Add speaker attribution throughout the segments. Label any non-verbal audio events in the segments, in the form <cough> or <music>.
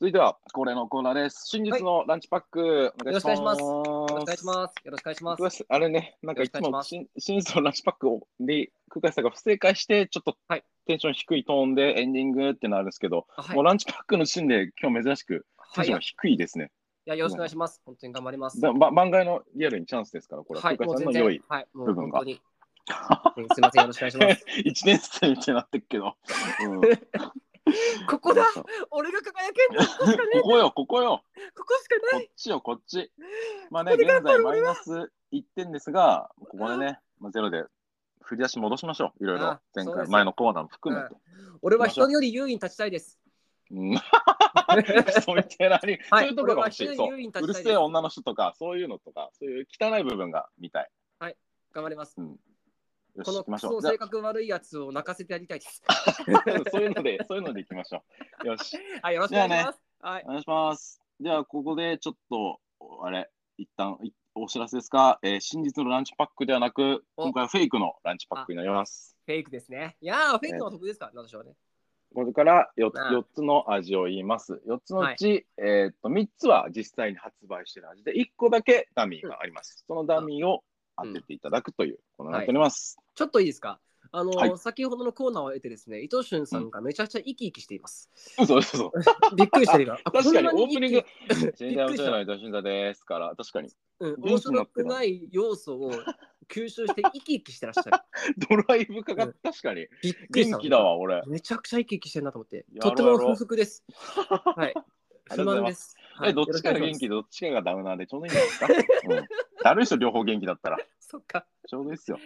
Speaker 1: 続いては恒例のコーナーです。真実のランチパック、お願いします。
Speaker 2: よろしくお願いします。よろしくお願いします。
Speaker 1: あれね、なんかいつも真真実のランチパックをで、空海さんが不正解して、ちょっと
Speaker 2: はい
Speaker 1: テンション低いトーンでエンディングってなるんですけど、
Speaker 2: あはい
Speaker 1: もうランチパックのシーンで今日珍しくテ
Speaker 2: は
Speaker 1: ン
Speaker 2: い。
Speaker 1: ション
Speaker 2: い
Speaker 1: が低いですね。
Speaker 2: や、よろしくお願いします。本当に頑張ります。
Speaker 1: だば番外のリアルにチャンスですから、これは
Speaker 2: はい、
Speaker 1: 空
Speaker 2: も
Speaker 1: 海
Speaker 2: う
Speaker 1: さん
Speaker 2: 全
Speaker 1: の良い
Speaker 2: 然。。はい、も
Speaker 1: 部
Speaker 2: う
Speaker 1: 分
Speaker 2: 本
Speaker 1: が
Speaker 2: 当に。 <laughs> うんすみません、よろしくお願いします。
Speaker 1: <laughs> 一年生みたいになってるけど。うん、
Speaker 2: <laughs> ここだ俺が輝けんのここしかね
Speaker 1: ここよ、ここよ、
Speaker 2: えここしか
Speaker 1: こ
Speaker 2: ない
Speaker 1: っちよ、こっち。まあね、
Speaker 2: ここで頑
Speaker 1: 現
Speaker 2: 張
Speaker 1: 在
Speaker 2: る
Speaker 1: マイナス1点ですが、ここでね、まあ、ゼロで振り出し戻しましょう。いろいろ
Speaker 2: あ、
Speaker 1: 前
Speaker 2: そうで
Speaker 1: 回、
Speaker 2: す
Speaker 1: 前のコーナーも含めて。
Speaker 2: 俺は人より優位に立ちた
Speaker 1: <laughs>
Speaker 2: いです。
Speaker 1: うん、そういうテラに、
Speaker 2: <laughs> は
Speaker 1: そういうところが欲し
Speaker 2: 俺
Speaker 1: い。
Speaker 2: は人
Speaker 1: そ
Speaker 2: より優位に立
Speaker 1: うう
Speaker 2: ち
Speaker 1: る
Speaker 2: たい
Speaker 1: せ
Speaker 2: で
Speaker 1: え
Speaker 2: す。
Speaker 1: 女の人とか、そういうのとか、そういう汚い部分が見たい。
Speaker 2: 頑張ります。
Speaker 1: うん、よし、
Speaker 2: こ
Speaker 1: 行
Speaker 2: の
Speaker 1: き
Speaker 2: ク
Speaker 1: ましょ
Speaker 2: ソ
Speaker 1: う。じゃ
Speaker 2: 性格悪いやつを泣かせてやりたいです。 <laughs>
Speaker 1: あ <laughs> そういうので、そういうので行きましょう。よし。
Speaker 2: はい、よろしくお願いします。はい
Speaker 1: お、願いします。では、ここでちょっと、あれ、一旦いお知らせですか、えー真実のランチパックではなく、
Speaker 2: お
Speaker 1: 今回はフェイクのランチパックになります。
Speaker 2: フェイクですね。いやー、フェイクの方が得ですから、なんでしょうね。
Speaker 1: これからよ
Speaker 2: ああ
Speaker 1: 4つの味を言います。4つのうち、えーっと3つは実際に発売している味で、1個だけダミーがあります。そのダミーを当てていただくという、このになっております。
Speaker 2: ちょっといいですかあのー、
Speaker 1: はい
Speaker 2: 先ほどのコーナーを得てですね、伊藤俊さんがめちゃくちゃ生き生きして
Speaker 1: <laughs>
Speaker 2: います。
Speaker 1: 嘘嘘嘘。
Speaker 2: びっくりしてるが。あ
Speaker 1: 確かに
Speaker 2: こんな
Speaker 1: オープニング
Speaker 2: 生き生き <laughs> び
Speaker 1: 新大面
Speaker 2: っくりし
Speaker 1: 白
Speaker 2: た
Speaker 1: いの新田ですから、確かに。
Speaker 2: うん、
Speaker 1: 元
Speaker 2: 面
Speaker 1: 気になっ
Speaker 2: 白
Speaker 1: て
Speaker 2: く
Speaker 1: る
Speaker 2: ない要素を吸収して生き生きしてらっし
Speaker 1: <laughs>
Speaker 2: ゃる。
Speaker 1: ドライブかかっ
Speaker 2: う
Speaker 1: 確かに。
Speaker 2: びっくりした
Speaker 1: 元気だ。わ、俺。
Speaker 2: めちゃくちゃ生き生きしてるなと思って
Speaker 1: や。ろう
Speaker 2: とても不服です。はい。
Speaker 1: <laughs> ありがとう
Speaker 2: 不
Speaker 1: ござい
Speaker 2: 満
Speaker 1: ます
Speaker 2: です。
Speaker 1: え、どっちかが元気で、どっちかがダウナーでちょうどいいんじ
Speaker 2: <laughs>
Speaker 1: ゃないですか。うん、だるい人両方元気だったら、
Speaker 2: そっか。
Speaker 1: ちょうどいいですよ。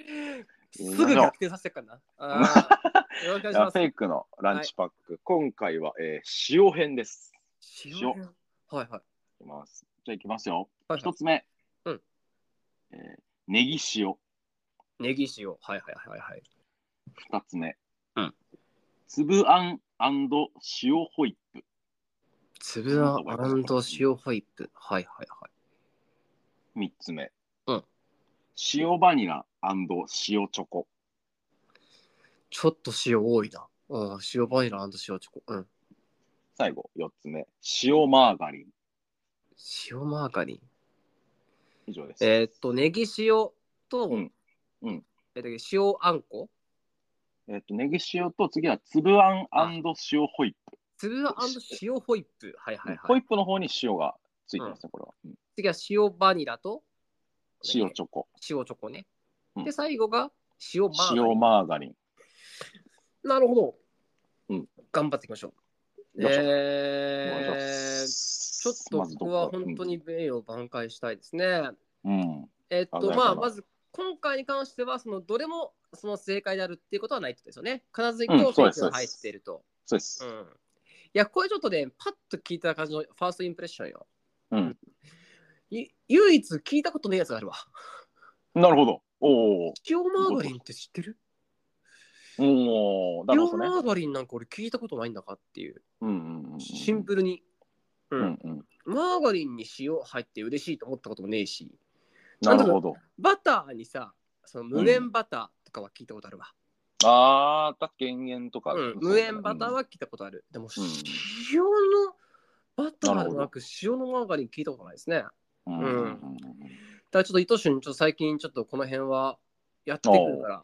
Speaker 2: すぐ逆転させてるからな。あ
Speaker 1: <laughs>
Speaker 2: ーよろしくお
Speaker 1: じゃ
Speaker 2: 願い
Speaker 1: あ
Speaker 2: し
Speaker 1: フェイクのランチパック、今回は、えー、塩編です。
Speaker 2: ます。
Speaker 1: イク
Speaker 2: 塩はいはい。
Speaker 1: いきますじゃあいきますよ。
Speaker 2: はいは
Speaker 1: 一
Speaker 2: い、
Speaker 1: つ目、
Speaker 2: うん
Speaker 1: えーネギ塩。
Speaker 2: ネギ塩。はいはいはいはい。
Speaker 1: 二つ目、
Speaker 2: うん
Speaker 1: 粒あん塩ホイップ。
Speaker 2: 粒あん塩ホイップ。はいはいはい。
Speaker 1: 三つ目、
Speaker 2: うん
Speaker 1: 塩バニラ塩チョコ。
Speaker 2: ちょっと塩多いな。うん、塩バニラ塩チョコ。うん。
Speaker 1: 最後、四つ目、塩マーガリン。
Speaker 2: 塩マーガリン。
Speaker 1: 以上です。
Speaker 2: えーっと、ネギ塩と、
Speaker 1: うんうん
Speaker 2: えーだっけ塩あんこ
Speaker 1: えっと、ネギ塩と次は粒あん塩ホイップ。
Speaker 2: 粒あん塩ホイップ。はいはい
Speaker 1: ホ
Speaker 2: は
Speaker 1: イッ
Speaker 2: い。
Speaker 1: プの方に塩がついてますね、これは。うん
Speaker 2: 次は塩バニラと、
Speaker 1: 塩チョコ、
Speaker 2: 塩チョコね。
Speaker 1: うん
Speaker 2: で、最後が塩マーガリ
Speaker 1: 塩
Speaker 2: ン。
Speaker 1: マーガリン。
Speaker 2: なるほど。
Speaker 1: うん
Speaker 2: 頑張っていきましょう。
Speaker 1: よいしょお願いしま
Speaker 2: えー、
Speaker 1: す
Speaker 2: ちょっと
Speaker 1: まずど
Speaker 2: 僕
Speaker 1: こ
Speaker 2: は本当に名誉を挽回したいですね。
Speaker 1: うん、うん
Speaker 2: えっ
Speaker 1: 鮮
Speaker 2: と、
Speaker 1: やかな
Speaker 2: まあ、まず今回に関しては、そのどれもその正解であるっていうことはないってことですよね。必ず1
Speaker 1: う
Speaker 2: 個
Speaker 1: んそうで
Speaker 2: フェイ
Speaker 1: す
Speaker 2: クが入っていると。
Speaker 1: そうです
Speaker 2: う。んいや、これちょっとね、パッと聞いた感じのファーストインプレッションよ。
Speaker 1: うん
Speaker 2: い唯一聞いたことないやつがあるわ。
Speaker 1: なるほど。おお。
Speaker 2: 塩マーガリンって知ってる
Speaker 1: おお。なる
Speaker 2: 塩
Speaker 1: ほど
Speaker 2: マ
Speaker 1: ね。
Speaker 2: ーガリンなんか俺聞いたことないんだかっていう。
Speaker 1: うんうんうん。
Speaker 2: シンプルに。う
Speaker 1: うんんうん。
Speaker 2: マーガリンに塩入って嬉しいと思ったこともねえし、
Speaker 1: なるほど。
Speaker 2: バターにさ、その無塩バターとかは聞いたことあるわ。
Speaker 1: ああ、た減塩とか。
Speaker 2: うん
Speaker 1: そう
Speaker 2: 無塩バター
Speaker 1: うん
Speaker 2: は聞いたことある。でも、
Speaker 1: うん
Speaker 2: 塩のバター
Speaker 1: なるほ
Speaker 2: でも
Speaker 1: ど
Speaker 2: なく塩のマーガリン聞いたことないですね。
Speaker 1: うんうんうん
Speaker 2: ただちょっと伊藤俊、ちょっと最近ちょっとこの辺はやってくるから、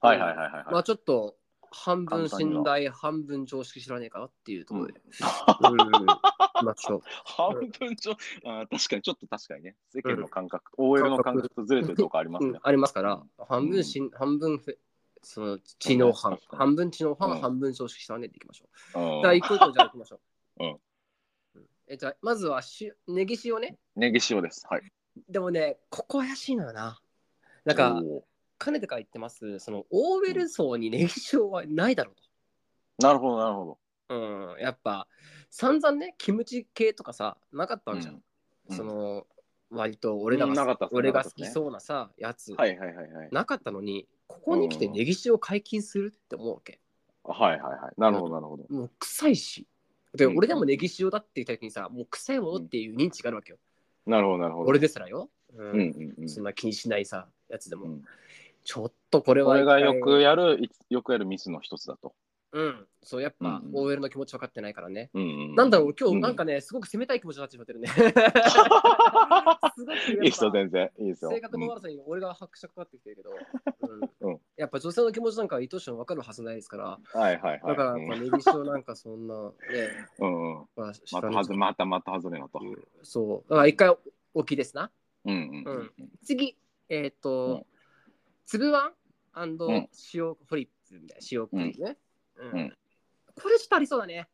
Speaker 1: はいはいはいはい
Speaker 2: ま
Speaker 1: は
Speaker 2: あちょっと半
Speaker 1: 簡
Speaker 2: 分
Speaker 1: 単に
Speaker 2: 信
Speaker 1: は
Speaker 2: 頼、半分常識知らねえかなっていうところ
Speaker 1: い。
Speaker 2: で。うん、まあちょっと
Speaker 1: 半分ちょ、あー確かにちょっと確かにね、世間の感覚、OL の感覚とずれてるとこあります
Speaker 2: うん
Speaker 1: ね。
Speaker 2: ありますから、半分しん、半分ふその知能
Speaker 1: う
Speaker 2: 犯
Speaker 1: ん、
Speaker 2: 半分知能犯、
Speaker 1: うん
Speaker 2: 半分常識者ねっていきましょう。
Speaker 1: うん
Speaker 2: じゃあ、一個一個じゃあ行きましょう。
Speaker 1: <laughs> うん
Speaker 2: うん。えじゃあ、まずはしネギ塩ね。
Speaker 1: ネギ塩です。はい。
Speaker 2: でもね、ここ怪しいのよな。なんか、
Speaker 1: おー
Speaker 2: かねてから言ってます、そのオーベル層にネギ塩はないだろう
Speaker 1: なるほど、なるほど。
Speaker 2: と。うん、やっぱ、散々ね、キムチ系とかさ、なかったんじゃん。
Speaker 1: うん
Speaker 2: その、割と俺ら
Speaker 1: うんなかった
Speaker 2: が
Speaker 1: っすね
Speaker 2: 俺が
Speaker 1: なかったっ
Speaker 2: 好
Speaker 1: すね
Speaker 2: きそうなさ、やつ。
Speaker 1: はいはいはいはい。
Speaker 2: なかったのに、ここに来てネギ塩解禁するって思うわけ。
Speaker 1: はいはいはい。なるほど、なるほど。
Speaker 2: もう臭いし。で、
Speaker 1: うん
Speaker 2: 俺でもネギ塩だって言った時にさ、もう臭いものっていう認知があるわけよ。
Speaker 1: なるほど、なるほど。
Speaker 2: 俺ですらよ。
Speaker 1: う
Speaker 2: う
Speaker 1: んうんうん。
Speaker 2: そんな気にしないさ、やつでも。
Speaker 1: うん
Speaker 2: ちょっとこれ
Speaker 1: こ
Speaker 2: は
Speaker 1: れ
Speaker 2: 一
Speaker 1: が
Speaker 2: 回。
Speaker 1: よくやる、いつよくやるミスの一つだと。
Speaker 2: うん。そう、やっぱ
Speaker 1: うん
Speaker 2: OL の気持ち分かってないからね。
Speaker 1: うんうん
Speaker 2: なんだろう、今
Speaker 1: う
Speaker 2: 日
Speaker 1: ん
Speaker 2: なんかね、すごく責めたい気持ちになってしまってるね。すごくやっぱ
Speaker 1: <laughs> いい人全然いいですよ。
Speaker 2: 性格の悪さに俺が拍車かかってきてるけど、う
Speaker 1: うん
Speaker 2: ん、やっぱ女性の気持ちなんかは愛しいの分かるはずないですから、
Speaker 1: うんはいはいはい。
Speaker 2: だから
Speaker 1: う
Speaker 2: や
Speaker 1: ん
Speaker 2: っぱネギ塩なんかそんな、ね、
Speaker 1: うんうん。
Speaker 2: まあ、
Speaker 1: また
Speaker 2: 知ら
Speaker 1: は
Speaker 2: んけ
Speaker 1: ず
Speaker 2: ど
Speaker 1: またまた外れなと。
Speaker 2: そう、だから一回大きいですな。
Speaker 1: うんうんうん。
Speaker 2: 次、えっ、と、つぶあん塩ホリップみたいな、塩ホリップね、うん
Speaker 1: うん
Speaker 2: これちょっとありそうだね。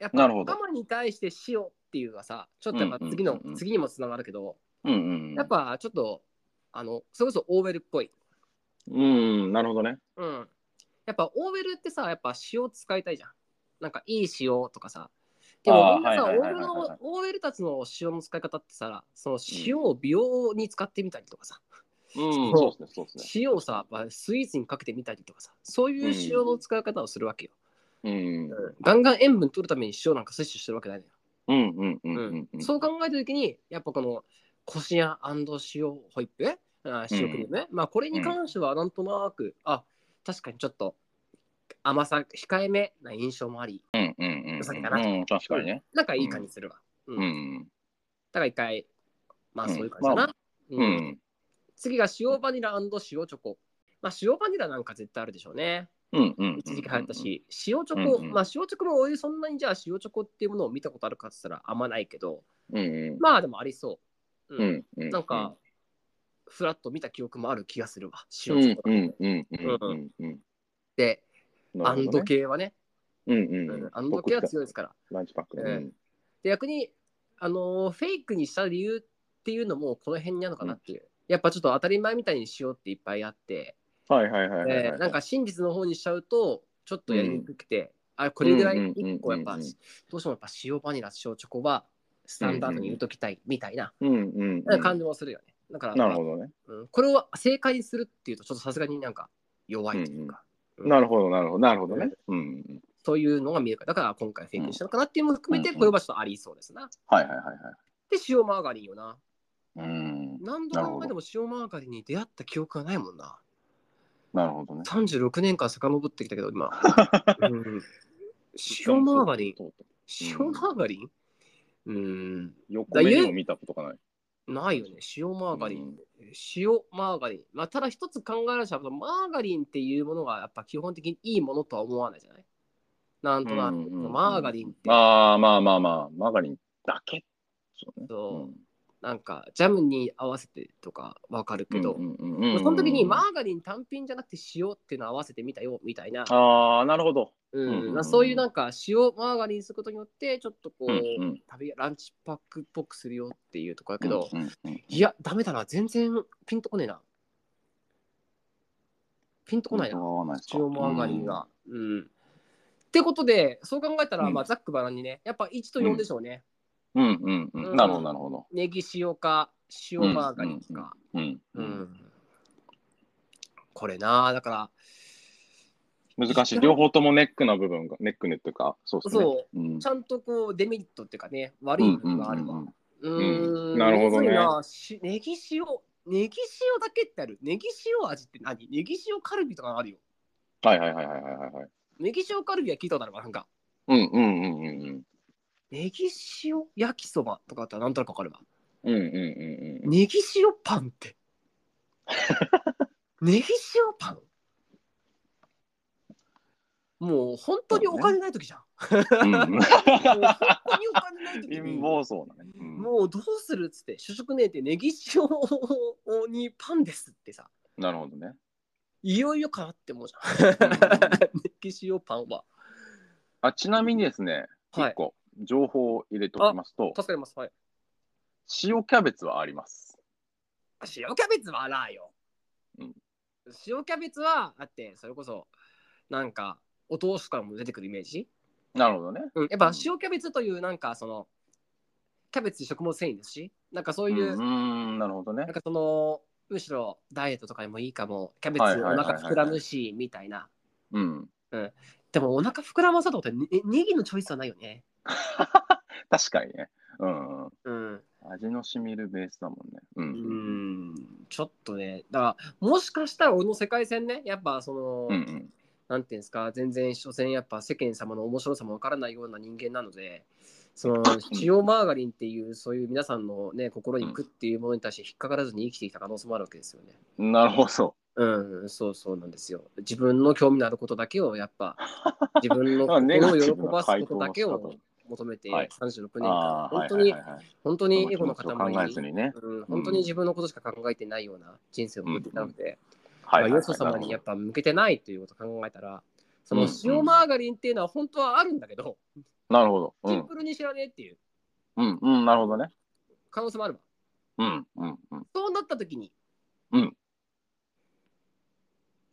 Speaker 2: やっぱ
Speaker 1: なるほど
Speaker 2: 我慢に対して塩っていうのがさ、ちょっとやっぱ次の、
Speaker 1: うんうんうんうん
Speaker 2: 次にもつながるけど、
Speaker 1: うんうんうん。
Speaker 2: やっぱちょっと、あの、それこそオーベルっぽい。
Speaker 1: うん、なるほどね。
Speaker 2: うん。やっぱオーベルってさ、やっぱ塩使いたいじゃん。なんかいい塩とかさ。でも
Speaker 1: あー
Speaker 2: みんなさ、
Speaker 1: はいはいはいはいはい
Speaker 2: OL の OL たちの塩の使い方ってさ、その塩を美容に使ってみたりとかさ、
Speaker 1: うん、
Speaker 2: そう
Speaker 1: そうですね、そうです
Speaker 2: 塩をさ、まあスイーツにかけてみたりとかさ、そういう塩の使い方をするわけよ。
Speaker 1: ね。
Speaker 2: ガンガン塩分取るために塩なんか摂取してるわけないのよ。
Speaker 1: うん、うん、うん、うん、うんうん。
Speaker 2: そう考えたときに、やっぱこのこしあん塩ホイップ、あ塩クリームね、まあこれに関してはなんとなく、あ確かにちょっと甘さ控えめな印象もあり、
Speaker 1: うん、うん、うん。
Speaker 2: お酒かな
Speaker 1: うん、確かにね。
Speaker 2: なんかいい感じするわ。うん
Speaker 1: う
Speaker 2: だ
Speaker 1: ん、
Speaker 2: から一回、まあそういう感じ
Speaker 1: う
Speaker 2: か
Speaker 1: ん
Speaker 2: な。
Speaker 1: まう
Speaker 2: うん
Speaker 1: ん、
Speaker 2: 次が塩バニラ塩チョコ。まあ塩バニラなんか絶対あるでしょうね。
Speaker 1: うん、うん。
Speaker 2: 一時期流行った。し、塩チョコ、
Speaker 1: うんうん
Speaker 2: まあ塩チョコのお湯そんなにじゃあ塩チョコっていうものを見たことあるかって言ったらあんまないけど、
Speaker 1: うん、うん
Speaker 2: まあでもありそう。
Speaker 1: う、ん、うん。
Speaker 2: なんか、、ふらっと見た記憶もある気がするわ、
Speaker 1: う
Speaker 2: 塩チョ
Speaker 1: ん、
Speaker 2: コ
Speaker 1: う
Speaker 2: っ
Speaker 1: ん、うん、うん、うん、うん。
Speaker 2: て、
Speaker 1: な
Speaker 2: ア
Speaker 1: る
Speaker 2: ン
Speaker 1: ほど
Speaker 2: ド
Speaker 1: ね
Speaker 2: 系はね、
Speaker 1: うん、
Speaker 2: う
Speaker 1: うんん。
Speaker 2: アンド系は強いですから。
Speaker 1: ランチパックね。
Speaker 2: ええ
Speaker 1: うん
Speaker 2: で逆に、あのーフェイクにした理由っていうのもこの辺にあるのかなっていう。やっぱちょっと当たり前みたいにしようっていっぱいあって、
Speaker 1: はい、はい、はいはい
Speaker 2: え
Speaker 1: は
Speaker 2: ー
Speaker 1: い。
Speaker 2: なんか真実の方にしちゃうと、ちょっとやりにくくて、あこれぐらい1個やっ
Speaker 1: う
Speaker 2: ぱ、
Speaker 1: んうんうんうん
Speaker 2: どうしてもやっぱ塩バニラ塩チョコはスタンダードに入れときたいみたいな
Speaker 1: うん、うん、
Speaker 2: なんか
Speaker 1: う
Speaker 2: 感じもするよね。だから、
Speaker 1: ん。なるほどね。
Speaker 2: うんこれを正解にするっていうと、ちょっとさすがになんか弱いというか。
Speaker 1: なるほど、なるほど、なるほどね。うん。
Speaker 2: そういうのが見えるから、だから今回フェイクにしたのかなっていうのも含めて、
Speaker 1: うん
Speaker 2: これはちょっとありそうですな。
Speaker 1: はい、はい、はい、はい。
Speaker 2: で、塩マーガリンよな。
Speaker 1: うん。
Speaker 2: 何度考えても塩マーガリンに出会った記憶がないもんな。
Speaker 1: なるほどね。
Speaker 2: 36年間遡ってきたけど、
Speaker 1: <laughs>
Speaker 2: 今。うん塩マーガリン
Speaker 1: そうそう
Speaker 2: 塩マーガリンうん、
Speaker 1: 横目にも見たことがない。
Speaker 2: ないよね。塩マーガリ
Speaker 1: う
Speaker 2: ン
Speaker 1: ん。
Speaker 2: 塩マーガリン。まあ、ただ一つ考えられたのは、マーガリンっていうものがやっぱ基本的にいいものとは思わないじゃないなんとなく、
Speaker 1: うんうんうん
Speaker 2: マーガリンって
Speaker 1: ああ、まあまあまあ、マーガリンだけ。そうね。
Speaker 2: そ
Speaker 1: う
Speaker 2: う
Speaker 1: ん
Speaker 2: なんかジャムに合わせてとかわかるけど、
Speaker 1: うんうんうんうん
Speaker 2: その時にマーガリン単品じゃなくて塩っていうのを合わせてみたよみたいな、
Speaker 1: ああ、なるほど。
Speaker 2: うん
Speaker 1: うんうん
Speaker 2: まあそういうなんか塩マーガリンにすることによってちょっとこう、
Speaker 1: うんうん
Speaker 2: 旅ランチパックっぽくするよっていうとこだけど、
Speaker 1: うんうんうん
Speaker 2: いやダメだな全然ピンとこねえなピンとこないな、
Speaker 1: 合わないですか
Speaker 2: 塩マーガリンがうん、ってことでそう考えたら、
Speaker 1: うん
Speaker 2: まあ、ざっくばらんにねやっぱ1と4でしょうね、
Speaker 1: うんうんうん
Speaker 2: う
Speaker 1: うんん。なるほど、なるほど。
Speaker 2: ネギ塩か塩マーガリンか、
Speaker 1: うん。
Speaker 2: うんこれなあだから
Speaker 1: 難しい。両方ともネックな部分が、ネックネっていうか、そうですね。
Speaker 2: そ
Speaker 1: うん
Speaker 2: ちゃんとこうデメリットっていうかね悪い部分があるわ。うーん
Speaker 1: なるほどね
Speaker 2: むずいなしネギ塩ネギ塩だけってあるネギ塩味って何ネギ塩カルビとかあるよ
Speaker 1: はいはいはいはいはいはいはい。
Speaker 2: ネギ塩カルビは聞いたことあるわなんか
Speaker 1: うんうんうんうんうん。
Speaker 2: ネギ塩焼きそばとかだったらなんとなくわかるわ
Speaker 1: うんうんうんうん。
Speaker 2: ネギ塩パンって <laughs> ネギ塩パンもう本当にお金ない時じゃん、
Speaker 1: う
Speaker 2: <laughs>
Speaker 1: んうん
Speaker 2: もう本当にお金ない時に
Speaker 1: 貧
Speaker 2: <laughs>
Speaker 1: 乏そうだね。うん
Speaker 2: もうどうするっつって主食ねえってネギ塩にパンですってさ
Speaker 1: なるほどね。
Speaker 2: いよいよかなって思うじゃ <laughs>
Speaker 1: うんうんうん
Speaker 2: んネギ塩パンは
Speaker 1: あちなみにですね、
Speaker 2: はい
Speaker 1: 一個情報を入れておきますと、
Speaker 2: 助かりますはい
Speaker 1: 塩キャベツはあります。
Speaker 2: 塩キャベツはあらーよ、
Speaker 1: うん
Speaker 2: 塩キャベツはだってそれこそなんかお通しからも出てくるイメージ、
Speaker 1: なるほどね。
Speaker 2: うん、やっぱ塩キャベツというなんかそのキャベツ食物繊維ですしなんかそういう、
Speaker 1: んうん、なるほどね
Speaker 2: なん。かそのむしろダイエットとかにもいいかもキャベツお腹膨らむしみたいな
Speaker 1: うん。
Speaker 2: でもお腹膨らまさとってねネギのチョイスはないよね。
Speaker 1: 確かにね。うんうん。
Speaker 2: うん。
Speaker 1: 味の染みるベースだもんね。うん。
Speaker 2: うん。ちょっとね、だから、もしかしたら俺の世界線ね、やっぱその、
Speaker 1: うんうん。
Speaker 2: なんていうんですか、全然、所詮やっぱ世間様の面白さもわからないような人間なので、その塩マーガリンっていう、そういう皆さんのね、心に苦っていうものに対して引っかからずに生きてきた可能性もあるわけですよね。
Speaker 1: なるほど。
Speaker 2: うん、そうそうなんですよ。自分の興味のあることだけを、やっぱ、自
Speaker 1: <laughs>
Speaker 2: 分の
Speaker 1: あネガ
Speaker 2: 心を
Speaker 1: テ
Speaker 2: 喜
Speaker 1: ィブ
Speaker 2: ば
Speaker 1: な
Speaker 2: す
Speaker 1: 回
Speaker 2: こ
Speaker 1: 答
Speaker 2: とだ
Speaker 1: の
Speaker 2: け
Speaker 1: 仕方
Speaker 2: を求めて
Speaker 1: はい
Speaker 2: 36年
Speaker 1: あ
Speaker 2: 間、
Speaker 1: あ、は
Speaker 2: 本
Speaker 1: い
Speaker 2: 当
Speaker 1: はい
Speaker 2: に
Speaker 1: はい、はい。
Speaker 2: 本当
Speaker 1: 当
Speaker 2: にエゴの塊、
Speaker 1: 考えずにね。
Speaker 2: うん、本当に自分のことしか考えてないような人生を送ってきたので、
Speaker 1: は
Speaker 2: まあ
Speaker 1: い。
Speaker 2: よそ様にやっぱ向けてないということを考えたら、その塩マーガリンっていうのは本当はあるんだけど、
Speaker 1: なるほど。う
Speaker 2: シン
Speaker 1: ん。
Speaker 2: プルに知らねえっていう
Speaker 1: うん。うん。なるほどね。
Speaker 2: 可能性もあるわ。
Speaker 1: うん。うん。うん。
Speaker 2: そうなった時に、
Speaker 1: うん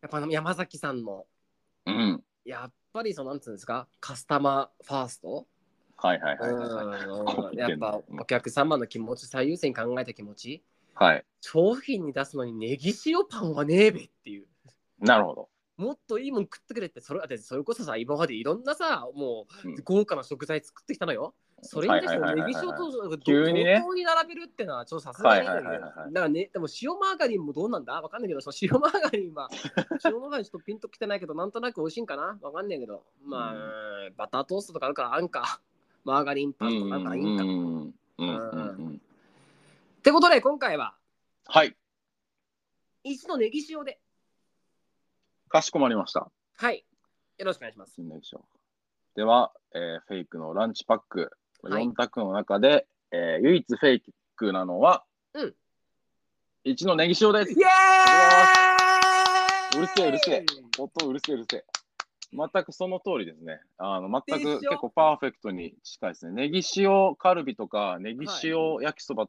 Speaker 2: やっぱあの山崎さんの、
Speaker 1: うん。
Speaker 2: やっぱりそのなんつうんですか、カスタマーファースト、
Speaker 1: はいはいはいはい。
Speaker 2: うん
Speaker 1: 言
Speaker 2: や
Speaker 1: っ
Speaker 2: って
Speaker 1: んだ
Speaker 2: ぱお客様の気持ち、最優先に考えた気持ち、
Speaker 1: はい。
Speaker 2: 商品に出すのにネギ塩パンはねえべっていう。
Speaker 1: なるほど。
Speaker 2: もっといいもん食ってくれってそれだってそれこそさ今までいろんなさも
Speaker 1: うん
Speaker 2: う豪華な食材作ってきたのよ、それに対してもネギ塩と
Speaker 1: 急にね
Speaker 2: 同等に並べるってのはちょっとさすがに、ね
Speaker 1: はいはいはいはいはい
Speaker 2: だからねでも塩マーガリンもどうなんだわかんないけどその塩マーガリ
Speaker 1: <laughs>
Speaker 2: ンは塩マーガリンちょっとピンときてないけどなんとなく美味しいんかなわかんないけどまあ、バタートーストとかあるからあんかマーガリン
Speaker 1: う
Speaker 2: パ
Speaker 1: ん
Speaker 2: ンとかあるからいいんか、っ
Speaker 1: うん。うん。
Speaker 2: てことで今回は
Speaker 1: はい。
Speaker 2: 一度ネギ塩で
Speaker 1: かしこまりました。
Speaker 2: はいよろしくお願いします
Speaker 1: 進んでいきましょうでは、えーフェイクのランチパック、
Speaker 2: はい
Speaker 1: 4択の中で、えー唯一フェイクなのは、
Speaker 2: うん
Speaker 1: 一のネギ塩で
Speaker 2: イエ
Speaker 1: す。
Speaker 2: ー
Speaker 1: う
Speaker 2: イ
Speaker 1: るせえうるせえ音うるせえうるせえ。全くその通りですね。あの全
Speaker 2: でし
Speaker 1: く
Speaker 2: ょ
Speaker 1: 結構パーフェクトに近いですね。ネギ塩カルビとか、ネギ塩焼きそば、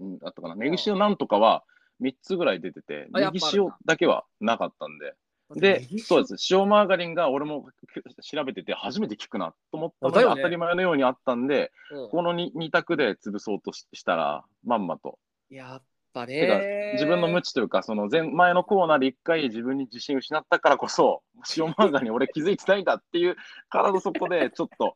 Speaker 1: うんあったかな。ネギ塩なんとかは3つぐらい出てて、
Speaker 2: あや
Speaker 1: ネ
Speaker 2: っぱある
Speaker 1: ギ
Speaker 2: な
Speaker 1: 塩だけはなかったんで。で、そうです。塩マーガリンが俺も調べてて初めて聞くなと思ったの
Speaker 2: だよ
Speaker 1: が
Speaker 2: ね
Speaker 1: 当たり前のようにあったんで、
Speaker 2: うん
Speaker 1: この 2, 択で潰そうとししたら、まんまと。
Speaker 2: やっ
Speaker 1: て
Speaker 2: ぱ
Speaker 1: か
Speaker 2: ね。
Speaker 1: 自分の無知というか、その前前のコーナーで一回自分に自信失ったからこそ、塩マーガリン俺気づいてないんだっていうからのそこで、ちょっと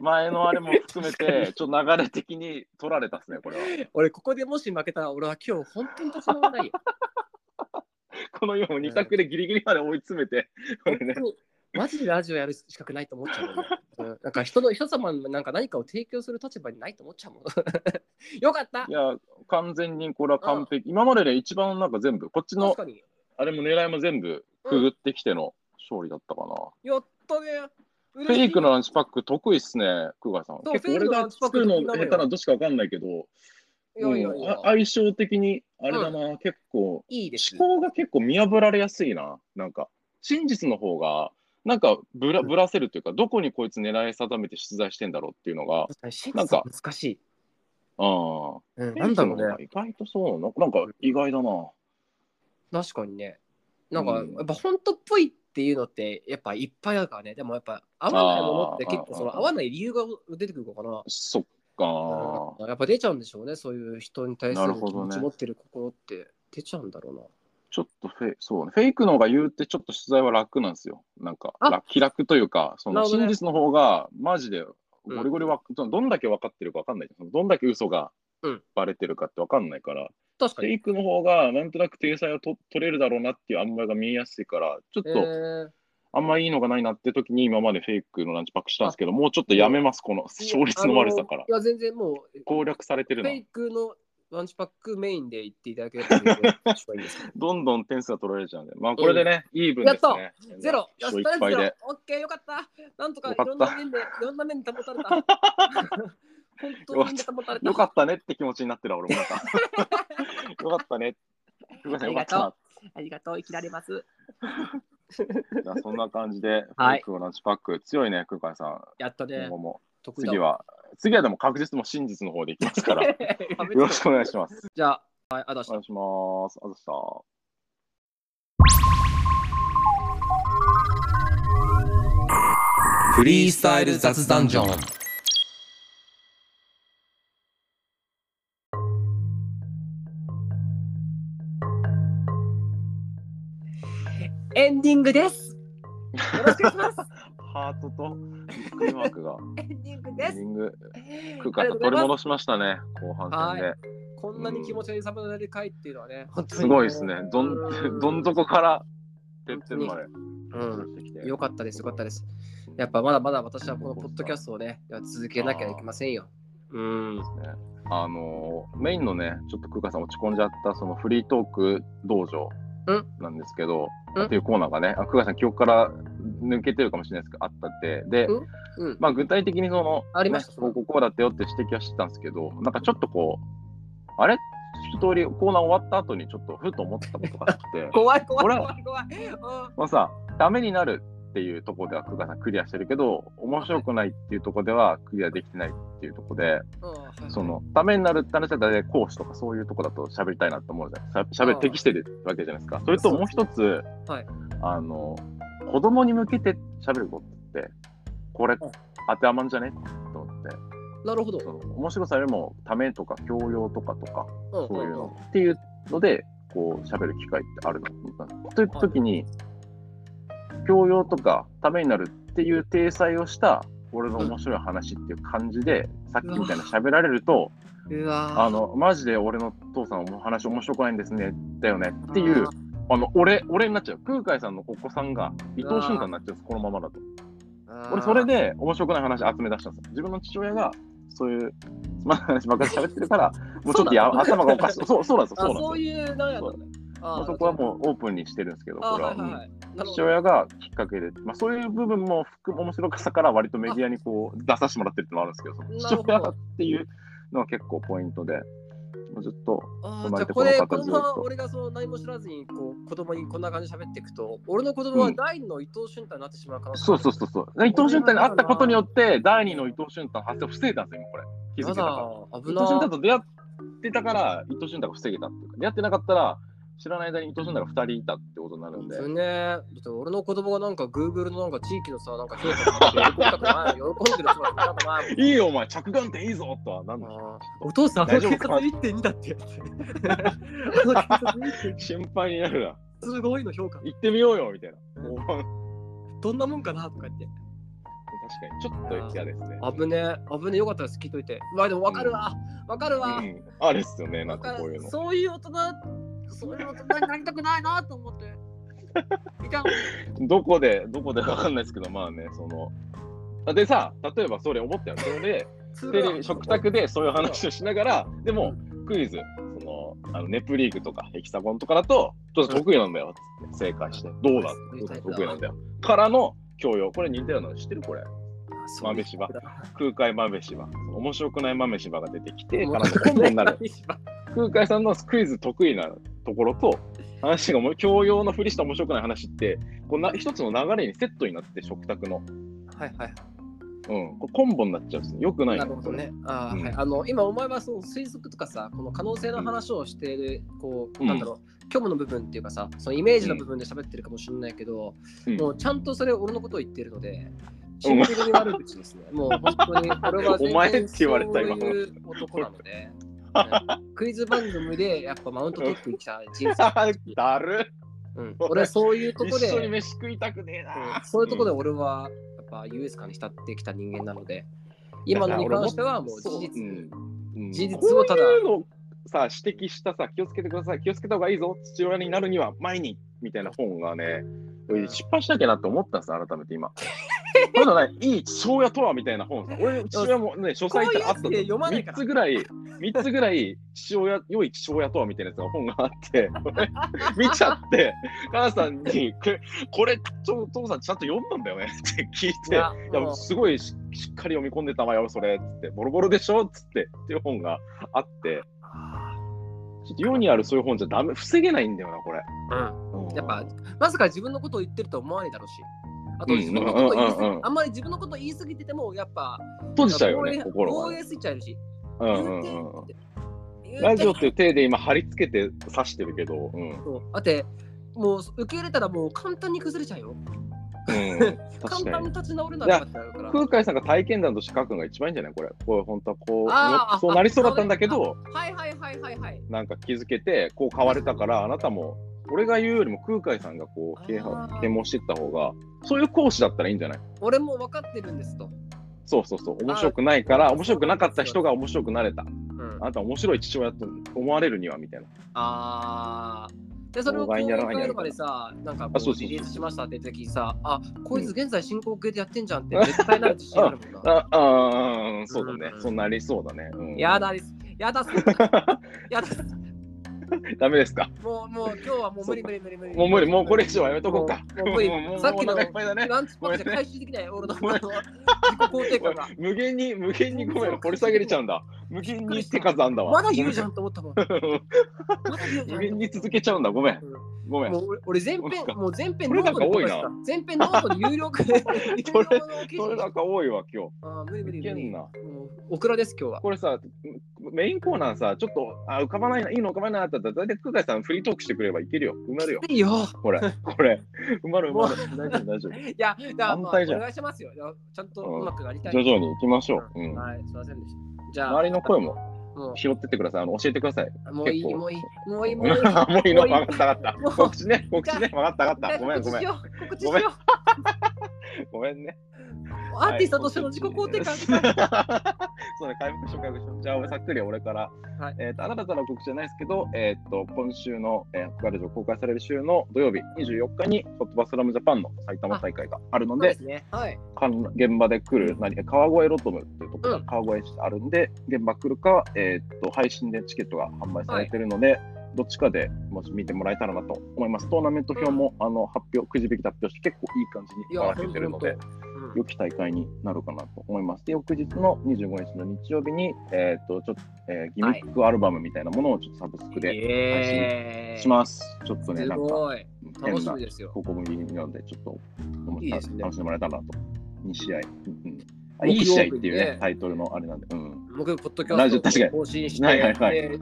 Speaker 1: 前のあれも含めて、ちょっと流れ的に取られたですね、これは。
Speaker 2: 俺、ここでもし負けたら、俺は今日本当に立ち直らないよ。
Speaker 1: このように2択でギリギリまで追い詰めて、 <laughs> これね。
Speaker 2: マジでラジオやる資格ないと思っちゃうもんね、うんなんか人の人様になんか何かを提供する立場にないと思っちゃうもん。 <laughs> よかった
Speaker 1: いや、完全にこれは完璧。今までで一番なんか全部、こっちの
Speaker 2: 確かに。
Speaker 1: あれも狙いも全部くぐってきての勝利だったかな。
Speaker 2: やったね。
Speaker 1: フェイクの
Speaker 2: ラ
Speaker 1: ランチパック得意っすね、久我さん。
Speaker 2: そう
Speaker 1: 結構俺が作るの下手などっちかわかんないけど、
Speaker 2: いやいやい
Speaker 1: うんあ
Speaker 2: や。
Speaker 1: 相性的にあれだな、結構、
Speaker 2: いいです。
Speaker 1: 思考が結構見破られやすいな。なんか、真実の方が、なんかぶらぶらせるというか、どこにこいつ狙い定めて出題してんだろうっていうのが、
Speaker 2: 確かに真
Speaker 1: なん
Speaker 2: 実は
Speaker 1: か
Speaker 2: 難しい。
Speaker 1: あ
Speaker 2: うん、
Speaker 1: あ、
Speaker 2: なんだろうね。
Speaker 1: 意外とそうな、なんか意外だな。
Speaker 2: 確かにね。なんか、
Speaker 1: うん
Speaker 2: やっぱ本当っぽいっていうのって、やっぱいっぱいあるからね。でもやっぱ合わないものって結構
Speaker 1: あー
Speaker 2: その
Speaker 1: あー
Speaker 2: 合わない理由が出てくるのかな。
Speaker 1: そっか。
Speaker 2: やっぱ出ちゃうんでしょうね。そういう人に対す
Speaker 1: な
Speaker 2: る
Speaker 1: る
Speaker 2: 気
Speaker 1: ほど
Speaker 2: 持
Speaker 1: ね
Speaker 2: ち持ってる心って出ちゃうんだろうな。
Speaker 1: ちょっとフェイそうね、フェイクの方が言うってちょっと取材は楽なんですよ。なんか
Speaker 2: あ
Speaker 1: 楽気楽というか、そ
Speaker 2: な
Speaker 1: の
Speaker 2: るほど
Speaker 1: 真
Speaker 2: ね
Speaker 1: 実の方がマジで
Speaker 2: うん
Speaker 1: ゴリゴリわ、どんだけ分かってるか分かんないじゃん。どんだけ嘘が
Speaker 2: うん
Speaker 1: バレてるかって分かんないから、
Speaker 2: 確か
Speaker 1: フェ
Speaker 2: に。
Speaker 1: イクの方がなんとなく体裁をと取れるだろうなっていう塩梅が見えやすいから、ちょっ
Speaker 2: え
Speaker 1: と
Speaker 2: ー
Speaker 1: あんまいいのがないなって時に今までフェイクのランチパックしたんですけど、もうちょっとやめます、この勝率の悪さから
Speaker 2: い。や、全然もう、
Speaker 1: 攻略されて
Speaker 2: フ
Speaker 1: るな
Speaker 2: ェ。イクのランチパックメインで言っていただければ全然一番いいで
Speaker 1: <laughs>
Speaker 2: すね
Speaker 1: どんどん点数が取られちゃうんで、まあこれでね、イーブンですね。
Speaker 2: ゼロや
Speaker 1: 一勝
Speaker 2: った
Speaker 1: 一
Speaker 2: ら
Speaker 1: 敗
Speaker 2: ゼロ
Speaker 1: で。
Speaker 2: オッケーよかったなんとかい
Speaker 1: よかった
Speaker 2: ろんな面で、いろんな面で保たれた。本当に保たれた。
Speaker 1: よかったねって気持ちになってるわ俺もなん
Speaker 2: <laughs>
Speaker 1: か。よかったね。よかった
Speaker 2: あ
Speaker 1: よ
Speaker 2: り
Speaker 1: かっ
Speaker 2: が
Speaker 1: た
Speaker 2: と
Speaker 1: な
Speaker 2: う。ありがとう、生きられます。
Speaker 1: じゃあそんな感じで、
Speaker 2: は
Speaker 1: フェイ
Speaker 2: い
Speaker 1: クをランチパック、強いね、空海さん。
Speaker 2: やった
Speaker 1: 今
Speaker 2: ね
Speaker 1: 後。も。
Speaker 2: 得意だ
Speaker 1: 次。は、次はでも確実にもう真実の方でいきますから。
Speaker 2: <laughs> や
Speaker 1: よ
Speaker 2: めてよ
Speaker 1: ろしくお願いします。
Speaker 2: じゃあ、はい、あだし
Speaker 1: お。願いします。あざした。
Speaker 3: フリースタイル雑談ジョン。
Speaker 2: エンディングです。よろしくお願い
Speaker 1: <laughs>
Speaker 2: します。
Speaker 1: ハートと、迷惑が、
Speaker 2: エンディング
Speaker 1: エ
Speaker 2: <laughs> で
Speaker 1: ンデ
Speaker 2: す
Speaker 1: ィ。ング、
Speaker 2: あり
Speaker 1: 空
Speaker 2: が
Speaker 1: 海さ
Speaker 2: とうん
Speaker 1: 取
Speaker 2: ご
Speaker 1: り
Speaker 2: ざいま
Speaker 1: 戻しましたね、後半戦で。
Speaker 2: すこんなに気持ちが揺さぶられる回っていうのはね、本当に
Speaker 1: すごいですね。どん、どん底から、てってんまで。
Speaker 2: うん。
Speaker 1: てきて
Speaker 2: よかったです、よかったです。やっぱまだまだ私はこのポッドキャストをね、続けなきゃいけませんよ。うん。
Speaker 1: あのーメインのね、ちょっと空間さん落ち込んじゃった、そのフリートーク道場
Speaker 2: うん
Speaker 1: なんですけど、
Speaker 2: うん
Speaker 1: っていうコーナーがね、あ空間さん、記憶から抜けてるかもしれないですけど、あったって、で、
Speaker 2: うんうん。
Speaker 1: まあ、具体的にその、
Speaker 2: ありまし
Speaker 1: ね
Speaker 2: た
Speaker 1: こうこうこうだったよって指摘はしてたんですけど、なんかちょっとこう、あれ一通りコーナー終わった後に、ちょっとふと思ったことがあ
Speaker 2: <laughs>
Speaker 1: って、
Speaker 2: 怖い怖い
Speaker 1: 俺
Speaker 2: 怖い怖い。うん
Speaker 1: まあさ、ダメになるっていうところでは空間さんクリアしてるけど、面白くないっていうところではクリアできてないっていうところで、
Speaker 2: うんはいはい
Speaker 1: そのためになるって話は大体講師とかそういうとこだと喋りたいなと思うじゃないですか。しゃべ
Speaker 2: ああ
Speaker 1: 適してるわけじゃないですか。それともう一つ、
Speaker 2: はい
Speaker 1: あの子供に向けて喋ることってこれ
Speaker 2: うん
Speaker 1: 当てはまんじゃねと思って
Speaker 2: なるほど。
Speaker 1: その面白さよりもためとか教養とかとか
Speaker 2: うん
Speaker 1: そういう
Speaker 2: うんうん
Speaker 1: のっていうのでこう喋る機会ってあるなと思ったんです。という時に教養とかためになるっていう体裁をした俺の面白い話っていう感じでさっきみたいな喋られると。
Speaker 2: うわー
Speaker 1: あの、マジで俺の父さんお話面白くないんですね、だよねっていう、あの、俺、俺になっちゃう。空海さんのお子さんが伊藤俊太になっちゃうんです、このままだと。俺、それ、で面白くない話集め出したんですよ。自分の父親が、そういう、つまらない話ばっかり喋ってる
Speaker 2: <laughs>
Speaker 1: から、もうちょっとや
Speaker 2: そうなんだ
Speaker 1: 頭がおかしい。そう、そうなんです
Speaker 2: あ
Speaker 1: よ、
Speaker 2: ーあ
Speaker 1: そうな
Speaker 2: そ
Speaker 1: ん
Speaker 2: う
Speaker 1: ですよ。
Speaker 2: いう、なんやったんだ
Speaker 1: も
Speaker 2: あ
Speaker 1: う
Speaker 2: ー
Speaker 1: そこはもうオープンにしてるんですけど、
Speaker 2: あ
Speaker 1: こ
Speaker 2: ー
Speaker 1: れは。
Speaker 2: はいはいはい。なるほ
Speaker 1: 父
Speaker 2: ど
Speaker 1: 親がきっかけで、まあ、そういう部分も含む面白さから割とメディアにこう出させてもらってるってのもあるんですけど、その
Speaker 2: な
Speaker 1: 父
Speaker 2: るほど
Speaker 1: 親っていうのは結構ポイントで、もうずっと
Speaker 2: あ
Speaker 1: 生
Speaker 2: ー
Speaker 1: まれ
Speaker 2: じゃ
Speaker 1: て
Speaker 2: あこ
Speaker 1: こな
Speaker 2: れ
Speaker 1: かった
Speaker 2: この
Speaker 1: ずっ
Speaker 2: まま
Speaker 1: と
Speaker 2: 俺がその何も知らずにこう子供にこんな感じで喋っていくと俺の子供は
Speaker 1: うん
Speaker 2: 第二の伊藤俊太になってしまう可能性
Speaker 1: そうそうそうそう。伊藤俊太に会ったことによって、第二の伊藤俊太の発生を防いだんですよ、今これ。気づ
Speaker 2: や
Speaker 1: いてたから。
Speaker 2: だ
Speaker 1: 伊
Speaker 2: 危
Speaker 1: 藤俊太
Speaker 2: な
Speaker 1: と出会ってたから、伊藤俊太が防げたっていうか、出会ってなかったら、知らない間に伊藤俊太が2人いたってことになるんで。
Speaker 2: いねだって俺の子供がなんか Google のなんか地域のさなんか評価が喜んだくない喜んでる人が見たくない
Speaker 1: いいよ、お前、着眼点いいぞとはなん
Speaker 2: も
Speaker 1: だ
Speaker 2: んあーお父さんあの警
Speaker 1: 大丈夫
Speaker 2: 察
Speaker 1: か
Speaker 2: 1.2だって <laughs> あの警察1.2
Speaker 1: 心配になるな。
Speaker 2: すごいの評価
Speaker 1: 行ってみようよ、みたいな。
Speaker 2: うん
Speaker 1: お前確か
Speaker 2: どんなもんかなとか言って
Speaker 1: に、ちょっと嫌ですね。
Speaker 2: 危ねえ危ねえよかったです聞いといてまあでも分かるわ分かるわ、
Speaker 1: うん、あれっすよね、なんかこういうの。
Speaker 2: そういう大人、そういう大人になりたくないなと
Speaker 1: <laughs>
Speaker 2: 思って。いたの
Speaker 1: どこで、どこでかわかんないですけど、まあね、その。あでさ、例えばそれ思ったよ。それで、 <laughs> テレビ食卓でそういう話をしながら、でもクイズ、そのあのネプリーグとかヘキサゴンとかだと、ちょっと得意なんだよっつって正解して、どうだ
Speaker 2: うん
Speaker 1: 得意なんだよ。からの教養、これ似たようなの知ってるこれ。豆柴。空海豆柴。その面白くない豆柴が出てきて、からのコンボになる。空海さんのクイズ得意なところと、話がもう教養のふりした面白くない話って、こうな一つの流れにセットになって、食卓の。
Speaker 2: はいはい。
Speaker 1: うん、これコンボになっちゃうんですよ。よくない
Speaker 2: な
Speaker 1: の
Speaker 2: るほど。ね。あ
Speaker 1: う
Speaker 2: ー
Speaker 1: ん
Speaker 2: はいあの今お前はその推測とかさ、この可能性の話をしている、こう、
Speaker 1: うん
Speaker 2: なんだろう、虚無の部分っていうかさ、そのイメージの部分で喋ってるかもしれないけど、
Speaker 1: うん
Speaker 2: もうちゃんとそれ俺のことを言ってるので、シンプルに悪口で
Speaker 1: <laughs>
Speaker 2: すね。もう本当に俺は全然
Speaker 1: お前って言われた
Speaker 2: そう
Speaker 1: 今
Speaker 2: いう男なので、ねクイズ番組でやっぱマウント取ってきた
Speaker 1: <laughs>
Speaker 2: 人生。
Speaker 1: これだるっ
Speaker 2: うん、俺はそういうとこで
Speaker 1: 一緒に飯食いたくねえな。
Speaker 2: そういうところで俺はやっぱ優越感に浸ってきた人間なので、今のに関してはもう事実。
Speaker 1: うん
Speaker 2: 事実
Speaker 1: こ
Speaker 2: をただ
Speaker 1: ういうのさ指摘したさ気をつけてください気をつけた方がいいぞ父親になるには前にみたいな本がね俺出版しなきゃなって思ったんです改めて今。まだねいい父親とはみたいな本さ俺父親もね書
Speaker 2: こう
Speaker 1: 斎
Speaker 2: い
Speaker 1: 行
Speaker 2: う
Speaker 1: ったらあ
Speaker 2: や
Speaker 1: った
Speaker 2: つ
Speaker 1: ん
Speaker 2: で
Speaker 1: だよ
Speaker 2: 読まないか
Speaker 1: 3
Speaker 2: ら
Speaker 1: つ。ぐらい3つぐらい父親良い父親とはみたいなやつが本があって <laughs> 俺見ちゃって母さんにこれこれちょ父さんちゃんと読んだんだよねって聞いて。いや
Speaker 2: もう
Speaker 1: すごいししっかり読み込んでたわよ、それっつって、ボロボロでしょっつって、っていう本があって、ちょっと世にあるそういう本じゃダメ、防げないんだよな、これ。
Speaker 2: うん
Speaker 1: うん
Speaker 2: やっぱ、まさか自分のことを言ってると思わないだろうし。あと
Speaker 1: うん
Speaker 2: 自分のことを言い過ぎ
Speaker 1: うんうんうん
Speaker 2: あんまり自分のことを言い過ぎてても、やっぱ、
Speaker 1: 閉じちゃうよね、
Speaker 2: 防
Speaker 1: 心
Speaker 2: 衛
Speaker 1: が
Speaker 2: 防
Speaker 1: ね。
Speaker 2: 衛スイッチあるし。
Speaker 1: うんうんうんうんラジオっていう体で今、貼り付けて刺してるけど、うん。
Speaker 2: <laughs>
Speaker 1: うん、
Speaker 2: だって、もう受け入れたらもう簡単に崩れちゃうよ。
Speaker 1: 確
Speaker 2: 簡
Speaker 1: か
Speaker 2: 単に
Speaker 1: に。
Speaker 2: 立ち直れなくなっちゃうから。
Speaker 1: 空海さんが体験談として書くのが一番いいんじゃないこれ。これ本当はこ
Speaker 2: あ
Speaker 1: う
Speaker 2: ー
Speaker 1: そうなりそうだったんだけど、
Speaker 2: はいはいはいはいはい。
Speaker 1: なんか気づけて、こう買われたから、あなたも、俺が言うよりも空海さんがこう啓
Speaker 2: あー
Speaker 1: 発啓蒙していった方が、そういう講師だったらいいんじゃない
Speaker 2: 俺もう分かってるんですと。
Speaker 1: そうそうそう、面白くないか
Speaker 2: あ
Speaker 1: ら、
Speaker 2: ー
Speaker 1: 面白くなかった人が面白くなれた。
Speaker 2: うん
Speaker 1: あ、なた面白い父親と思われるにはみたいな。
Speaker 2: あーでそれ
Speaker 1: 妨
Speaker 2: を
Speaker 1: 害に
Speaker 2: 講
Speaker 1: なら
Speaker 2: 演
Speaker 1: ない
Speaker 2: 会とかでさ、なんかこ
Speaker 1: あそう
Speaker 2: う
Speaker 1: そうそう
Speaker 2: リリースしましたって言った時にさ、あ、こいつ現在進行形でやってんじゃんって絶対なる自信ある
Speaker 1: <laughs>
Speaker 2: もんな。
Speaker 1: ああー、そうだね。
Speaker 2: うん
Speaker 1: そうなりそうだね。うん、
Speaker 2: やだです。やだっす。やだっす。
Speaker 1: <laughs> ダメですか。
Speaker 2: もう、もう今日はもう無理無理無理無理。
Speaker 1: もう無理、もうこれ以上はやめとこうか。
Speaker 2: もうもう無理
Speaker 1: もうもう
Speaker 2: さっきの
Speaker 1: もうお腹いっぱいだね。
Speaker 2: ランチパックじゃ回収できない俺のあの自己肯定
Speaker 1: <laughs>
Speaker 2: 感が。
Speaker 1: 無限に、無限にごめん、掘り下げれちゃうんだ。無限に手数あんだわ。
Speaker 2: まだ言うじゃんと思ったもん。まだ言うじゃん。
Speaker 1: 無限に続けちゃうんだ。ご <laughs> めん、ごめん。
Speaker 2: もう俺俺全編、もう全編
Speaker 1: 俺
Speaker 2: ノ
Speaker 1: なん
Speaker 2: ー
Speaker 1: か
Speaker 2: トで
Speaker 1: 多い
Speaker 2: 飛ば
Speaker 1: な
Speaker 2: した。全編ノートで
Speaker 1: <laughs>
Speaker 2: 有料化有料の記
Speaker 1: それ
Speaker 2: 事
Speaker 1: なんか多いわ、今日。
Speaker 2: あー無理無理
Speaker 1: い
Speaker 2: 無
Speaker 1: けん
Speaker 2: 理。
Speaker 1: な。
Speaker 2: もうオクラです今日は。
Speaker 1: これさ、メインコーナーさ、ちょっとあ浮かばないな、いいの浮かばないなってだったら、大体、久海さんフリートークしてくればいけるよ。埋まる
Speaker 2: <laughs>
Speaker 1: よ。
Speaker 2: いいよ。
Speaker 1: これ、これ、埋まる、埋まる。大丈夫、大丈
Speaker 2: いや、だからまあ、
Speaker 1: 反対じゃん
Speaker 2: お願いしますよ。いやちゃんと
Speaker 1: うん
Speaker 2: うまくやりたい。
Speaker 1: 夫。徐々に行きましょう。うん。
Speaker 2: はい、すいませんでした。じゃあ、
Speaker 1: 周りの声も
Speaker 2: も
Speaker 1: 拾ってってください。あの教えてください。
Speaker 2: うもういい、
Speaker 1: 結構
Speaker 2: もういい、もうい
Speaker 1: <laughs>
Speaker 2: い、
Speaker 1: も
Speaker 2: もういい。
Speaker 1: ういいの分かった分かった。
Speaker 2: もう
Speaker 1: 告知ね、告知ね、分かった分かった。ごめん、ごめん。
Speaker 2: 告知しよう。告知しよ
Speaker 1: ごめんね。
Speaker 2: う。アーティストとしての自己肯定感
Speaker 1: そ
Speaker 2: が
Speaker 1: うね、回復しよう、回復しよう。じゃあ、俺さっくり俺から、
Speaker 2: はい
Speaker 1: えっ、と、あなたからの告知じゃないですけど、えっ、と、今週の、えー、ガルジョ公開される週の土曜日24日に、ホットバスラムジャパンの埼玉大会があるの
Speaker 2: そう
Speaker 1: で
Speaker 2: で、すね。はい。
Speaker 1: 関現場で来る、何川越ロトムっていうところ
Speaker 2: う
Speaker 1: が
Speaker 2: ん
Speaker 1: 川越市あるんで、現場来るか、えーっと、配信でチケットが販売されてるので、どっちかでもし見てもらえたらなと思います。トーナメント表も、あの発表、くじ引きで発表して、結構いい感じ
Speaker 2: い
Speaker 1: に
Speaker 2: や、
Speaker 1: ばら
Speaker 2: ほ
Speaker 1: け
Speaker 2: ん
Speaker 1: て
Speaker 2: と
Speaker 1: る
Speaker 2: ほ
Speaker 1: の
Speaker 2: んと
Speaker 1: で、良き大会になるかなと思います。で、翌日の25日の日曜日に、えーっと、ちょっと、えーギミックアルバムみたいなものをちょっとサブスクで
Speaker 2: え
Speaker 1: します。ちょっとね、
Speaker 2: す
Speaker 1: なんか、
Speaker 2: ごい。
Speaker 1: 変
Speaker 2: 楽し
Speaker 1: な
Speaker 2: みですよ。
Speaker 1: 高校もになので、ちょっと思った
Speaker 2: いいですね
Speaker 1: 楽しんでもらえたらなと。2試合。うんうんあ
Speaker 2: 木曜日
Speaker 1: いい試合っていうね
Speaker 2: ね、
Speaker 1: タイトルのあれなんで。うん。
Speaker 2: 僕、ポッドキ
Speaker 1: ラ
Speaker 2: ャ
Speaker 1: ジオ確か
Speaker 2: ス
Speaker 1: に
Speaker 2: トを更新して、
Speaker 1: はいはいはい
Speaker 2: でで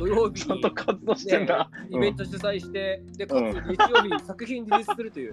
Speaker 2: 土曜日
Speaker 1: ちゃん
Speaker 2: に
Speaker 1: と活動してんだ。
Speaker 2: ねイ
Speaker 1: う
Speaker 2: ベン
Speaker 1: ん
Speaker 2: ト主催して、で、かつ日曜日に作品リリースするという、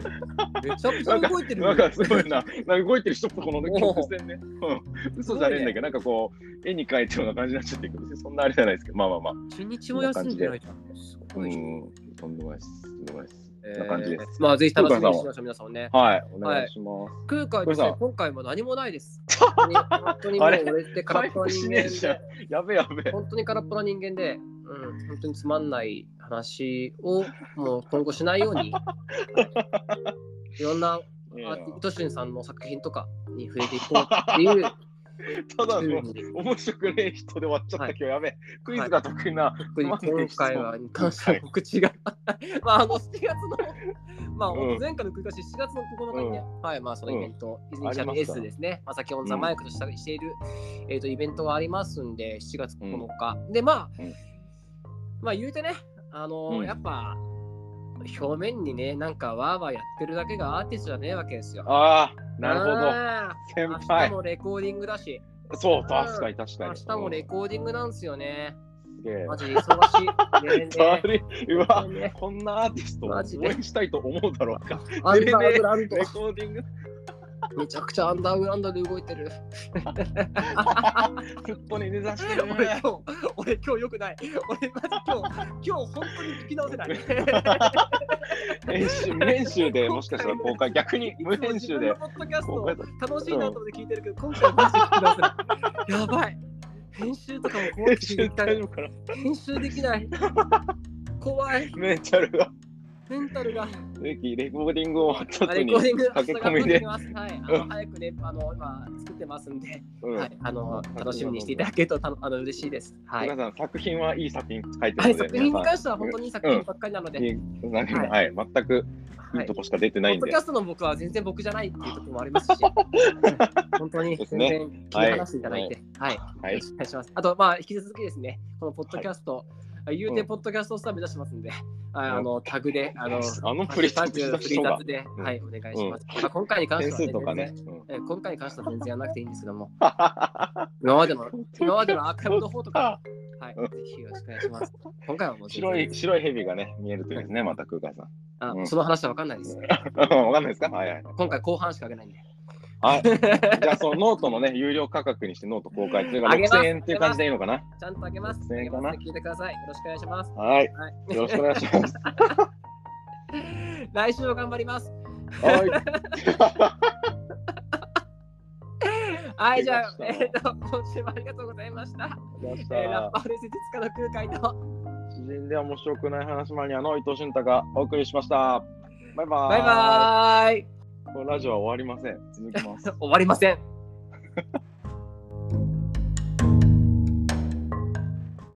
Speaker 2: めちゃくちゃ動いてる
Speaker 1: なんかすごいな、なんか動いてる人とこのね
Speaker 2: おお
Speaker 1: 曲線ね、うん、嘘じゃねえんだけど、なんかこう、絵に描いたような感じになっちゃってるけど、別にそんなあれじゃないですけど、まあまあまあ、
Speaker 2: 中日も休んでないじゃん。す
Speaker 1: う
Speaker 2: ごいじゃん。
Speaker 1: ん、とんでもないです、とんでもないです、
Speaker 2: え
Speaker 1: な感じです。
Speaker 2: まあ、ぜひ楽しみにしてましょう、皆さんもね。
Speaker 1: はい、お願いします。
Speaker 2: 空海とし
Speaker 1: これ
Speaker 2: て
Speaker 1: さ
Speaker 2: 今回も何もな
Speaker 1: <laughs>
Speaker 2: いです。本当に本当にもう
Speaker 1: あれ
Speaker 2: 俺って空っぽな
Speaker 1: 回復し
Speaker 2: 人
Speaker 1: ねえ
Speaker 2: 間
Speaker 1: じゃ <laughs>
Speaker 2: <laughs> で、
Speaker 1: んやべえやべえ。
Speaker 2: 本当に空っぽな人間で、うん、本当につまんない話をもう今後しないよう
Speaker 1: <laughs>
Speaker 2: に、はいいろんなア
Speaker 1: いや
Speaker 2: ーティトシュンさんの作品とかに触れていこうっていう
Speaker 1: <laughs> ただの
Speaker 2: ふうに
Speaker 1: 面白くねえ人で終わっちゃった
Speaker 2: はい
Speaker 1: けど、やべえ、クイズが得意な、
Speaker 2: 特に今回はに関しては告知が、 <laughs> まああの7月の、まあ
Speaker 1: うん
Speaker 2: 前回の繰り返し7月の9日にね、はい、まあそのイベント、イズニシャ
Speaker 1: あ
Speaker 2: ル
Speaker 1: りま
Speaker 2: S
Speaker 1: すか
Speaker 2: ですね、まさきオンザマイクとしたしている、えっとイベントがありますんで、7月9日。で、まあ、
Speaker 1: うん
Speaker 2: まあ言うてね、あのー
Speaker 1: うん
Speaker 2: やっぱ、表面にね、なんかわーわーやってるだけがアーティストじゃねえわけですよ。
Speaker 1: ああ、なるほど。
Speaker 2: あ
Speaker 1: 先
Speaker 2: ー明日
Speaker 1: 輩
Speaker 2: もレコーディングだし、
Speaker 1: そう
Speaker 2: うん
Speaker 1: 確かに確かに
Speaker 2: 明日もレコーディングなんですよね。
Speaker 1: うんすげえ
Speaker 2: マジで忙
Speaker 1: <laughs>
Speaker 2: しい。ねえねえ
Speaker 1: だるいうわ
Speaker 2: 本当にね
Speaker 1: こんなアーティストを応
Speaker 2: マジで
Speaker 1: 援したいと思うだろう
Speaker 2: <laughs>
Speaker 1: か
Speaker 2: アンダーグラウンド
Speaker 1: レ、コーディング
Speaker 2: めちゃくちゃアンダーグラウンドで動いてる。
Speaker 1: ずっとに根ざしてる
Speaker 2: 俺 <laughs>
Speaker 1: ね
Speaker 2: 今日、俺今日良くない。俺マジ今日、今日本当に聞き直せない。
Speaker 1: 編集無編集でもしかしたら公開逆に無編集
Speaker 2: い
Speaker 1: で
Speaker 2: つも自分のポッドキャスト
Speaker 1: 公
Speaker 2: を
Speaker 1: 開
Speaker 2: 楽しいなと思って聞いてるけど、今回マジで聞き直せない。やばい。編集とかも怖
Speaker 1: 編
Speaker 2: くて
Speaker 1: 集
Speaker 2: できな
Speaker 1: 大
Speaker 2: い。
Speaker 1: 丈夫か
Speaker 2: <laughs>
Speaker 1: な
Speaker 2: 編集できない。怖い。
Speaker 1: メンタルが
Speaker 2: メンタルが。
Speaker 1: ぜひレコーディング終わった
Speaker 2: あ
Speaker 1: 後
Speaker 2: レ
Speaker 1: に
Speaker 2: コーディング、
Speaker 1: 駆け込みで
Speaker 2: 明日が撮ってきますはい、あの早くね、あの今作ってますんで、
Speaker 1: うん
Speaker 2: はい、あの楽しみにしていただけるとたのあの嬉しいです。はい
Speaker 1: 皆。さん作品はいい作品書いて
Speaker 2: はい、
Speaker 1: るの
Speaker 2: 作
Speaker 1: で
Speaker 2: 品に
Speaker 1: 皆さ
Speaker 2: 関しては本当にいい作品ばっかりなので、
Speaker 1: んいいなんかはい全くい
Speaker 2: はいい、
Speaker 1: と
Speaker 2: ポ
Speaker 1: こしか出てない
Speaker 2: ッ
Speaker 1: ん
Speaker 2: ド
Speaker 1: で
Speaker 2: キャストの僕は全然僕じゃないっていう時もあ
Speaker 1: <laughs>
Speaker 2: りますし、本当に全然切り離していただいて、はい、
Speaker 1: は
Speaker 2: よ
Speaker 1: い
Speaker 2: ろしくお願いします。あと、まあ、引き続きですね、このポッドキャスト、言う
Speaker 1: う
Speaker 2: て
Speaker 1: ん
Speaker 2: ポッドキャストスター目指してますんで、ああのタグで、あの、
Speaker 1: あのフリータッチした
Speaker 2: フリ
Speaker 1: 人
Speaker 2: ー
Speaker 1: が
Speaker 2: 雑で、
Speaker 1: うん
Speaker 2: はい、お願いします。まあ今回に関し
Speaker 1: 点
Speaker 2: てはね、
Speaker 1: 数とかね
Speaker 2: 全然。
Speaker 1: うん
Speaker 2: え今回に関しては全然やらなくていいんですけども、今まで
Speaker 1: <laughs>
Speaker 2: の、今までのアーカイブの方とか、はい、ぜひよろしくお願いします。今回はもう全然
Speaker 1: 白い白い蛇がね見えるといいですねまた空海さん
Speaker 2: あ、
Speaker 1: うん
Speaker 2: その話は分かんないです。
Speaker 1: わかんないですかはいはい。
Speaker 2: 今回後半しかあげないんで。
Speaker 1: はい。じゃあ、そのノートのね、有料価格にしてノート公開というか、
Speaker 2: あげます
Speaker 1: 6000円っていう感じでいいのかな
Speaker 2: ちゃんとあげます。
Speaker 1: 全然かな
Speaker 2: あげます聞いてください。よろしくお願いします。
Speaker 1: はい。
Speaker 2: はい、
Speaker 1: よろしくお願いします。
Speaker 2: 来週 <laughs> も頑張ります。
Speaker 1: はい。
Speaker 2: はい、じゃあ、
Speaker 1: 出ました
Speaker 2: えっ、と、今週もありがとうございました。
Speaker 1: まし
Speaker 2: えーラッ
Speaker 1: た
Speaker 2: パーで施術家の空海と。
Speaker 1: 知人では面白くない話マニアの伊藤俊太がお送りしました。バイバーイ。
Speaker 2: バイバーイ。 <laughs>
Speaker 1: このラジオは終わりません。続きます。
Speaker 2: 終わりません。